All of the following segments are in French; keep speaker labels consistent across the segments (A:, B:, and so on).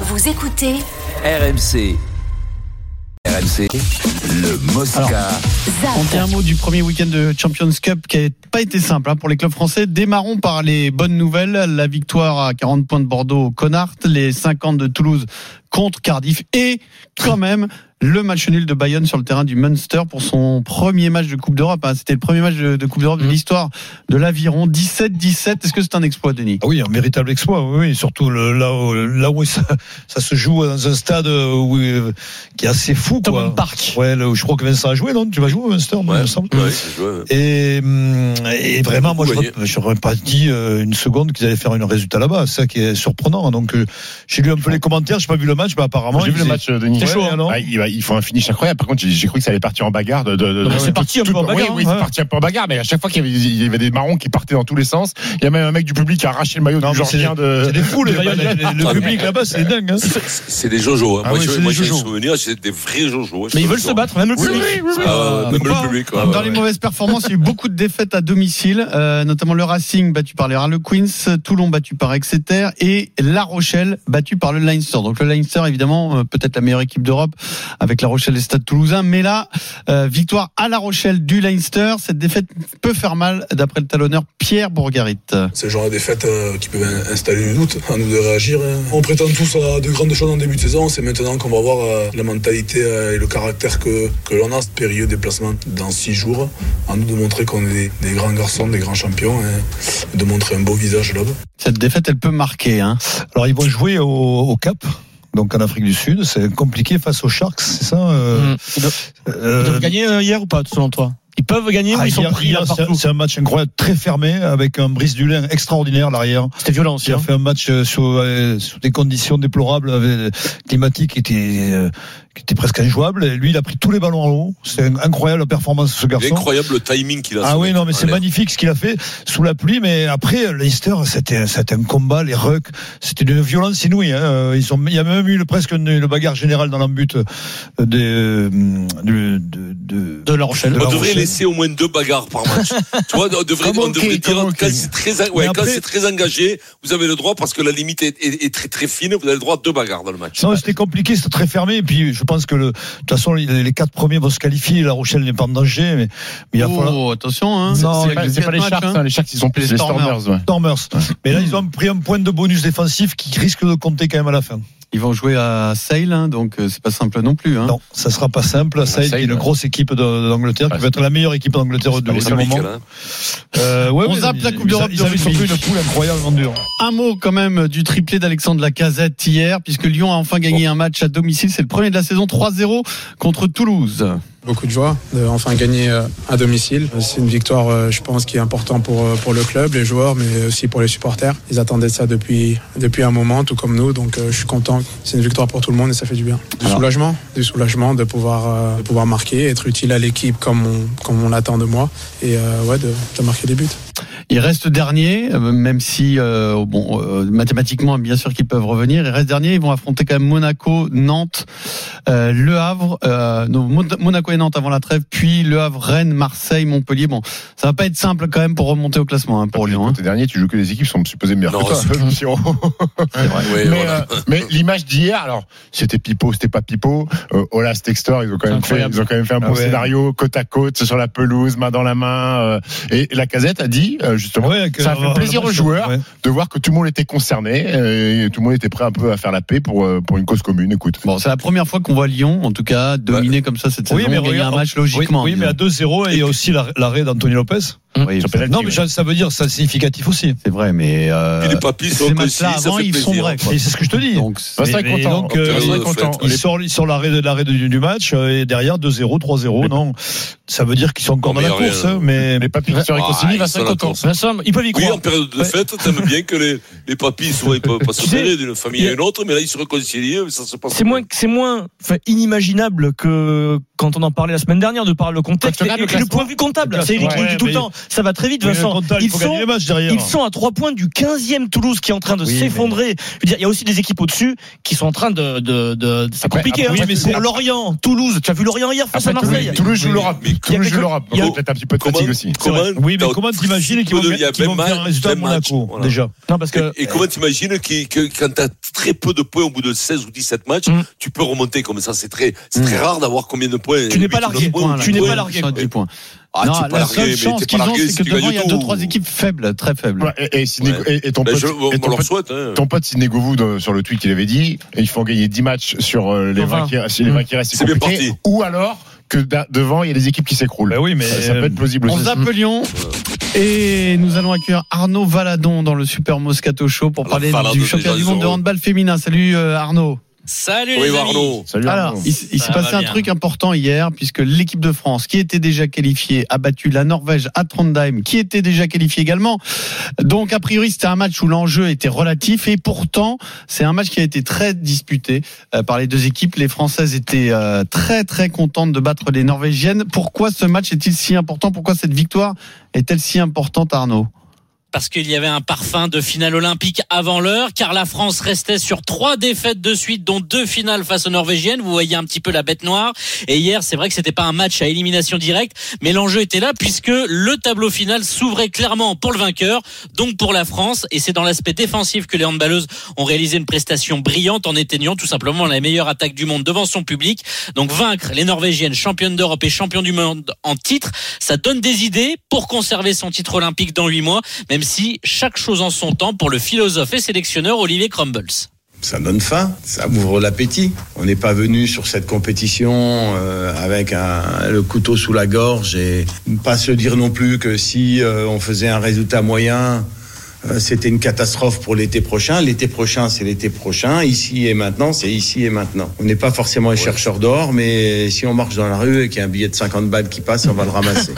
A: Vous écoutez
B: RMC. RMC, le Mosca.
A: ZAP.
C: On dit un mot du premier week-end de Champions Cup qui n'a pas été simple hein, pour les clubs français. Démarrons par les bonnes nouvelles. La victoire à 40 points de Bordeaux au Connard, les 50 de Toulouse contre Cardiff et quand même le match nul de Bayonne sur le terrain du Munster pour son premier match de Coupe d'Europe. hein. C'était le premier match de, de Coupe d'Europe de l'histoire de l'Aviron. 17-17. Est-ce que c'est un exploit, Denis
D: Ah Oui, un véritable exploit, oui, oui. surtout le- là, où- là où ça, ça se joue dans un stade euh, où, euh, qui est assez fou.
C: Tom
D: Quoi.
C: Park.
D: Ouais, le- je crois que Vincent a joué, non Tu vas jouer au Munster, moi, il me semble.
E: Ouais, c'est joué, ouais.
D: Et, hum, et vraiment, moi, je
E: Vous voyez.
D: n'aurais pas dit euh, une seconde qu'ils allaient faire un résultat là-bas. C'est ça qui est surprenant. Donc, euh, j'ai lu un peu les commentaires, j'ai pas vu le match, mais apparemment.
F: J'ai vu
D: ils-
F: le match euh, Denis.
D: C'est chaud, hein.
F: alors Ah, il, va- il faut un finish incroyable. Par contre, j'ai- j'ai cru que ça allait partir en bagarre. De, de- de-
D: Donc,
F: de-
D: c'est
F: tout-
D: parti un
F: tout-
D: peu en bagarre,
F: Oui, oui,
D: hein.
F: c'est parti un peu en bagarre. Mais à chaque fois qu'il y, avait- il y avait des marrons qui partaient dans tous les sens, il y a même un mec du public qui a arraché le maillot
D: Non,
F: du
D: mais c'est
F: Georgien de.
D: C'est des fous, les
F: de
D: Bayonne.
F: Bayonne.
D: Le public là-bas, c'est dingue. hein.
E: C'est- C'est des jojo. Hein.
D: Ah
E: moi,
D: oui,
E: je-
D: c'est
E: moi
D: des
E: j'ai le
D: jojo.
E: souvenir, c'est des vrais jojo. hein.
D: Mais ils veulent se battre, euh, même le
F: Oui,
D: public.
F: oui, oui, oui.
E: Ah, ouais, même
C: Pourquoi
E: le public. ouais,
C: Dans
E: ouais,
C: les
E: ouais.
C: mauvaises performances, il y a eu beaucoup de défaites à domicile, euh, notamment le Racing battu par les Harlequins, Toulon battu par Exeter et La Rochelle battu par le Leinster. Donc le Leinster, évidemment, euh, peut-être la meilleure équipe d'Europe avec La Rochelle et le Stade Toulousain. Mais là, euh, victoire à La Rochelle du Leinster. Cette défaite peut faire mal, d'après le talonneur Pierre Bourgarit.
G: C'est le genre de défaite euh, qui peut in- installer du doute, à nous de réagir. hein. On prétend tous à de grandes choses en début de saison, c'est maintenant qu'on va voir euh, la mentalité euh, et le caractère que, que l'on a, ce périlleux déplacement dans six jours, à nous de montrer qu'on est des, des grands garçons, des grands champions, hein, et de montrer un beau visage là-bas.
C: Cette défaite, elle peut marquer. Hein.
D: Alors ils vont jouer au, au Cap, donc en Afrique du Sud. C'est compliqué face aux Sharks, c'est ça euh,
H: Mm. Ils doivent- Ils
D: euh,
H: peuvent gagner euh, hier ou pas, selon toi Ils peuvent gagner ou
D: ah,
H: ils sont
D: hier-
H: pris
D: hier,
H: là
D: c'est un-
H: partout
D: c'est un match incroyable, très fermé, avec un Brice Dulin extraordinaire à l'arrière.
H: C'était violent aussi.
D: Qui a
H: hein.
D: fait un match euh, sous, euh, sous des conditions déplorables, avec- climatiques, qui étaient, euh, qui étaient presque injouables. Et lui, il a pris tous les ballons en haut. C'est un- incroyable la performance de ce
E: Il est
D: garçon.
E: Incroyable le timing qu'il a.
D: Ah
E: ce
D: oui,
E: mec.
D: non, mais c'est
E: Allez.
D: magnifique ce qu'il a fait sous la pluie. Mais après, Leicester, c'était c'était un combat, les rucks, c'était d'une violence inouïe. hein. Euh, Ils ont, il y a même eu le, presque une, une bagarre générale dans l'embut euh, de, de, de, de-
H: De La Rochelle.
D: de La
E: On devrait
D: Rochelle.
E: laisser au moins deux bagarres par match. tu vois, on devrait,
D: Comme
E: on
D: au
E: devrait
D: hockey,
E: dire
D: comme au
E: quand
D: hockey.
E: c'est très, en- ouais,
D: Mais
E: quand
D: après-
E: c'est très engagé, vous avez le droit parce que la limite est, est- est très très fine. Vous avez le droit à deux bagarres dans le match.
D: Non, c'était compliqué, c'était très fermé. Et puis, je pense que le, de toute façon, les, les quatre premiers vont se qualifier. La Rochelle n'est pas en danger, mais, mais il va falloir.
C: Oh, attention. Hein.
D: Non,
C: C'est-
F: C'est pas, c'est pas les
C: quatre
F: Sharks,
C: matchs,
F: hein.
C: hein.
F: les Sharks ils sont plus
C: Les
F: les
C: Stormers.
F: Stormers. ouais.
D: Stormers. Mais là, ils ont pris un point de bonus défensif qui risque de compter quand même à la fin.
C: Ils vont jouer à Sale, hein, donc euh, c'est pas simple non plus. Hein.
D: Non, ça sera pas simple. Ça,
F: Sale,
D: c'est une
F: ouais.
D: grosse équipe de- de- d'Angleterre qui
F: Ah, hein. Ouais,
D: va être la meilleure équipe d'Angleterre de
E: Mais
D: ce
E: c'est
D: moment.
E: nickel, hein.
D: Euh, ouais,
C: On
D: ouais,
C: zappe la
D: ils-
C: Coupe d'Europe
D: Ils
C: de
D: avaient
C: rugby.
D: surpris une poule incroyable hein. en dur.
C: Un mot quand même du triplé d'Alexandre Lacazette hier, puisque Lyon a enfin gagné un match à domicile. C'est le premier de la saison 3-0 contre Toulouse.
I: Beaucoup de joie de enfin gagner euh, à domicile. C'est une victoire, euh, je pense, qui est importante pour, euh, pour le club, les joueurs, mais aussi pour les supporters. Ils attendaient ça depuis, depuis un moment, tout comme nous, donc euh, je suis content. C'est une victoire pour tout le monde et ça fait du bien. Du soulagement, du soulagement de pouvoir, euh, de pouvoir marquer, être utile à l'équipe comme on, comme on l'attend de moi et euh, ouais, de, de marquer des buts.
C: Ils restent derniers, euh, même si euh, bon, euh, mathématiquement, bien sûr qu'ils peuvent revenir. Ils restent derniers, ils vont affronter quand même Monaco, Nantes, euh, Le Havre, euh, non, Mon- Monaco et Nantes avant la trêve, puis Le Havre, Rennes, Marseille, Montpellier. Bon, ça va pas être simple quand même pour remonter au classement hein, pour Lyon. hein.
F: Côté dernier, tu joues que des équipes qui sont supposées meilleures
E: Non,
F: que toi. Si on-
E: Ouais,
F: mais
E: voilà.
F: euh, mais l'image d'hier, alors c'était pipeau, c'était pas pipeau. Euh, Olas Textor, ils ont quand même fait,
H: Incroyable.
F: ils ont quand même fait un bon
D: Ah ouais.
F: scénario côte à côte sur la pelouse, main dans la main. euh, et la Casette a dit euh, justement
D: Ouais, que-
F: Ça fait plaisir aux joueurs.
D: Ouais.
F: de voir que tout le monde était concerné euh, et tout le monde était prêt un peu à faire la paix pour euh, pour une cause commune. Écoute,
C: Bon, c'est la première fois qu'on voit Lyon, en tout cas, dominer comme ça cette
D: Bah, Oui,
C: saison.
D: mais
C: gagner
D: regarde-
C: un match
D: Oui,
C: logiquement.
D: oui, mais à 2-0, et il y a aussi la- l'arrêt d'Anthony Lopez.
C: disons. Oui,
F: sur
C: c'est-
F: penalty,
D: Non, mais
F: ouais.
D: ça ça veut dire, c'est significatif aussi.
C: c'est vrai, mais euh,
E: Puis les papis
C: ces
E: sont précis,
C: matchs-là
E: ça
C: avant,
E: fait
C: ils
E: plaisir. hein.
C: sont vrais. quoi.
D: Et c'est ce que je te dis.
C: Donc,
F: Vincent
D: mais-
F: est
D: mais
F: content.
D: donc, euh,
F: Vincent est
E: euh,
F: content.
E: fait,
D: Il
F: Les-
D: sort, il sort l'arrêt de l'arrêt du, du match euh, et derrière 2-0, 3-0. Non, ça veut dire qu'ils sont encore
E: Non,
D: dans
E: mais
D: la
E: y a
D: course.
E: rien.
D: hein, Mais
F: Les papiers qui se
E: Ah,
F: réconcilient,
E: ils
F: Vincent
E: sont
F: est content.
E: d'accord.
H: Vincent, ils peuvent y
E: Oui,
H: croire.
E: en période de fête, t'aimes bien que les, les papis, souvent, ils peuvent pas se
H: Tu sais,
E: mêler d'une famille à une autre, mais là, ils se réconcilient, ça se passe.
H: C'est moins, c'est moins enfin, inimaginable que quand on en parlait la semaine dernière de par le contexte
F: Quand
H: et,
F: tu regardes le
H: et le
F: classement.
H: point de vue comptable.
D: Le
H: C'est Eric
D: classement,
H: qui le dit
D: ouais,
H: tout le
D: mais-
H: temps. ça va très vite,
D: Mais le
H: Vincent.
D: Cantal, il
H: Ils
D: faut
H: sont,
D: gagner les matchs derrière.
H: ils sont à trois points du 15e Toulouse qui est en train de
A: Oui,
H: s'effondrer. Je veux dire, il y a aussi des équipes au-dessus qui sont en train de. de, de, de- c'est
F: Après-
H: compliqué.
F: après,
H: hein.
F: oui, mais
H: Pour
F: c'est-
H: Lorient, Toulouse. Tu as vu Lorient hier face à
F: Toulouse-
H: Marseille.
F: Toulouse joue
A: Oui.
F: l'Europe.
E: Mais
F: Toulouse
H: il y a
F: joue l'Europe.
H: il y a-
F: Donc, Peut-être un petit peu de
E: Comment- Hmm.
F: fatigue aussi.
E: comment-
D: Oui, mais
E: dans
D: comment
E: tout
D: t'imagines
E: petit
D: qu'ils vont,
E: peu de- il y a
D: faire- qu'ils vont
E: vingt
D: faire un résultat à
E: matchs,
D: Monaco
E: voilà.
D: déjà
H: Non, parce que.
E: Et, et comment t'imagines que, que- quand t'as très peu de points au bout de 16 ou 17 matchs,
H: Mm.
E: tu peux remonter comme ça C'est très, c'est très rare d'avoir combien de points
H: Tu n'es pas
E: Huit ou neuf
H: largué,
E: points ou
H: là.
E: dix
H: Tu n'es
E: points.
H: pas largué.
C: Sur 10 points.
E: Ah,
C: non,
E: t'es pas
C: la
E: largué,
C: seule
E: mais
C: chance
E: t'es pas
C: qu'ils ont,
E: largué
C: c'est
E: si
C: que
E: tu gagnes
C: devant, il y a
E: tout.
C: deux trois équipes faibles, très faibles.
F: Voilà, Et, et Sidney-
E: Ouais.
F: et- et ton
E: Ben,
F: pote,
E: je- on
F: et ton
E: leur
F: pote-
E: souhaite. hein.
F: ton pote Sidney Govou, dans- sur le tweet, il avait dit il faut en gagner 10 matchs sur euh, les,
H: Enfin.
F: 20 qui, si les 20 qui restent.
E: C'est bien
F: compliqué.
E: parti.
F: Ou alors que da- devant, il y a des équipes qui s'écroulent.
D: Bah oui, mais,
F: ça, ça peut
D: euh,
F: être plausible
C: On
F: aussi.
C: zappe Lyon et nous allons accueillir Arnaud Valadon dans le Super Moscato Show pour
E: Alors,
C: parler
E: Valadon,
C: du
E: déjà,
C: championnat du
E: ils
C: monde de
E: auront-
C: handball féminin. Salut euh, Arnaud.
J: Salut
E: Oui,
J: les amis.
E: Arnaud.
F: Salut.
C: Alors,
F: Arnaud.
C: il, s- il
J: Ça
C: s'est passé
J: va
C: un
J: bien.
C: truc important hier, puisque l'équipe de France, qui était déjà qualifiée, a battu la Norvège à Trondheim, qui était déjà qualifiée également. Donc, a priori, c'était un match où l'enjeu était relatif, et pourtant, c'est un match qui a été très disputé euh, par les deux équipes. Les Françaises étaient euh, très, très contentes de battre les Norvégiennes. Pourquoi ce match est-il si important Pourquoi cette victoire est-elle si importante, Arnaud
J: parce qu'il y avait un parfum de finale olympique avant l'heure, car la France restait sur trois défaites de suite, dont deux finales face aux Norvégiennes. Vous voyez un petit peu la bête noire. Et hier, c'est vrai que c'était pas un match à élimination directe, mais l'enjeu était là puisque le tableau final s'ouvrait clairement pour le vainqueur, donc pour la France. Et c'est dans l'aspect défensif que les handballeuses ont réalisé une prestation brillante en éteignant tout simplement la meilleure attaque du monde devant son public. Donc vaincre les Norvégiennes, championnes d'Europe et championnes du monde en titre, ça donne des idées pour conserver son titre olympique dans huit mois même si chaque chose en son temps pour le philosophe et sélectionneur Olivier Crumbles.
A: Ça donne faim, ça ouvre l'appétit. On n'est pas venu sur cette compétition euh, avec un- le couteau sous la gorge et pas se dire non plus que si euh, on faisait un résultat moyen, euh, c'était une catastrophe pour l'été prochain. L'été prochain, c'est l'été prochain. Ici et maintenant, c'est ici et maintenant. On n'est pas forcément un chercheur d'or, mais si on marche dans la rue et qu'il y a un billet de 50 balles qui passe, on va le ramasser.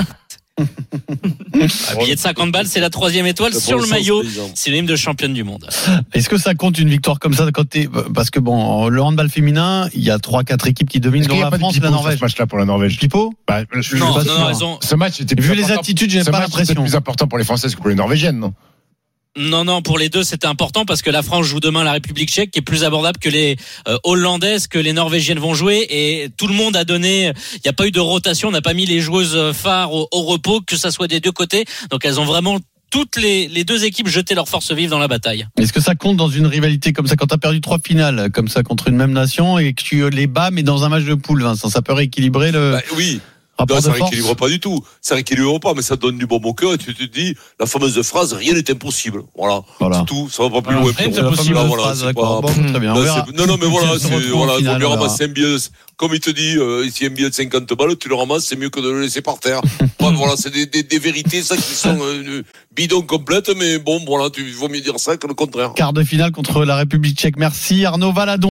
J: Un billet de 50 balles, c'est la troisième étoile
E: Ça
J: sur
E: prend
J: le
E: sens,
J: maillot,
E: par exemple.
J: synonyme de championne du monde.
C: Est-ce que ça compte une victoire comme ça quand t'es- Parce que, bon, le handball féminin, il y a trois, quatre équipes qui dominent,
F: Est-ce qu'il
C: dont
F: n'y a
C: la
F: pas de
C: France et la
F: pipeau sur
C: Norvège.
F: ce match-là pour la Norvège
C: Pipo
F: Bah, je- je-
J: Non,
C: pas
J: non,
C: sûr.
J: non, elles ont-
F: Ce match était plus
C: Vu les
F: important-
C: attitudes, j'ai
F: ce
C: pas
F: match était
C: l'impression.
F: plus important pour les Françaises que pour les Norvégiennes, non
J: Non, non, pour les deux, c'était important parce que la France joue demain la République tchèque, qui est plus abordable que les euh, Hollandaises, que les Norvégiennes vont jouer. Et tout le monde a donné, il n'y a pas eu de rotation, on n'a pas mis les joueuses euh, phares au, au repos, que ça soit des deux côtés. Donc elles ont vraiment toutes les, les deux équipes jeté leurs forces vives dans la bataille.
C: Est-ce que ça compte dans une rivalité comme ça quand t'as perdu trois finales comme ça contre une même nation et que tu les bats mais dans un match de poule, Vincent, ça peut rééquilibrer le
E: Bah, oui,
C: rapport
E: non, ça
C: de force.
E: rééquilibre pas du tout. Ça rééquilibre pas, mais ça donne du bon au cœur et tu te dis la fameuse phrase rien n'est impossible. Voilà,
C: Voilà.
E: c'est tout. Ça va pas plus
C: Voilà,
E: loin.
C: c'est
E: Pierrot.
C: la fameuse
E: Là,
C: phrase,
E: c'est
C: d'accord.
E: pas-
C: Bon, très bien, on
E: Là,
C: verra.
E: c'est- non, non, mais voilà,
C: Si on se
E: c'est,
C: retrouve en
E: voilà,
C: finale,
E: vaut mieux
C: on verra.
E: ramasser un billet. Comme il te dit, euh, si un billet de 50 balles, tu le ramasses, c'est mieux que de le laisser par terre. Bon, voilà, c'est des, des, des vérités, ça, qui sont euh, bidons complètes, mais bon, voilà, tu vaut mieux dire ça que le contraire.
C: Quart de finale contre la République tchèque. Merci Arnaud Valadon.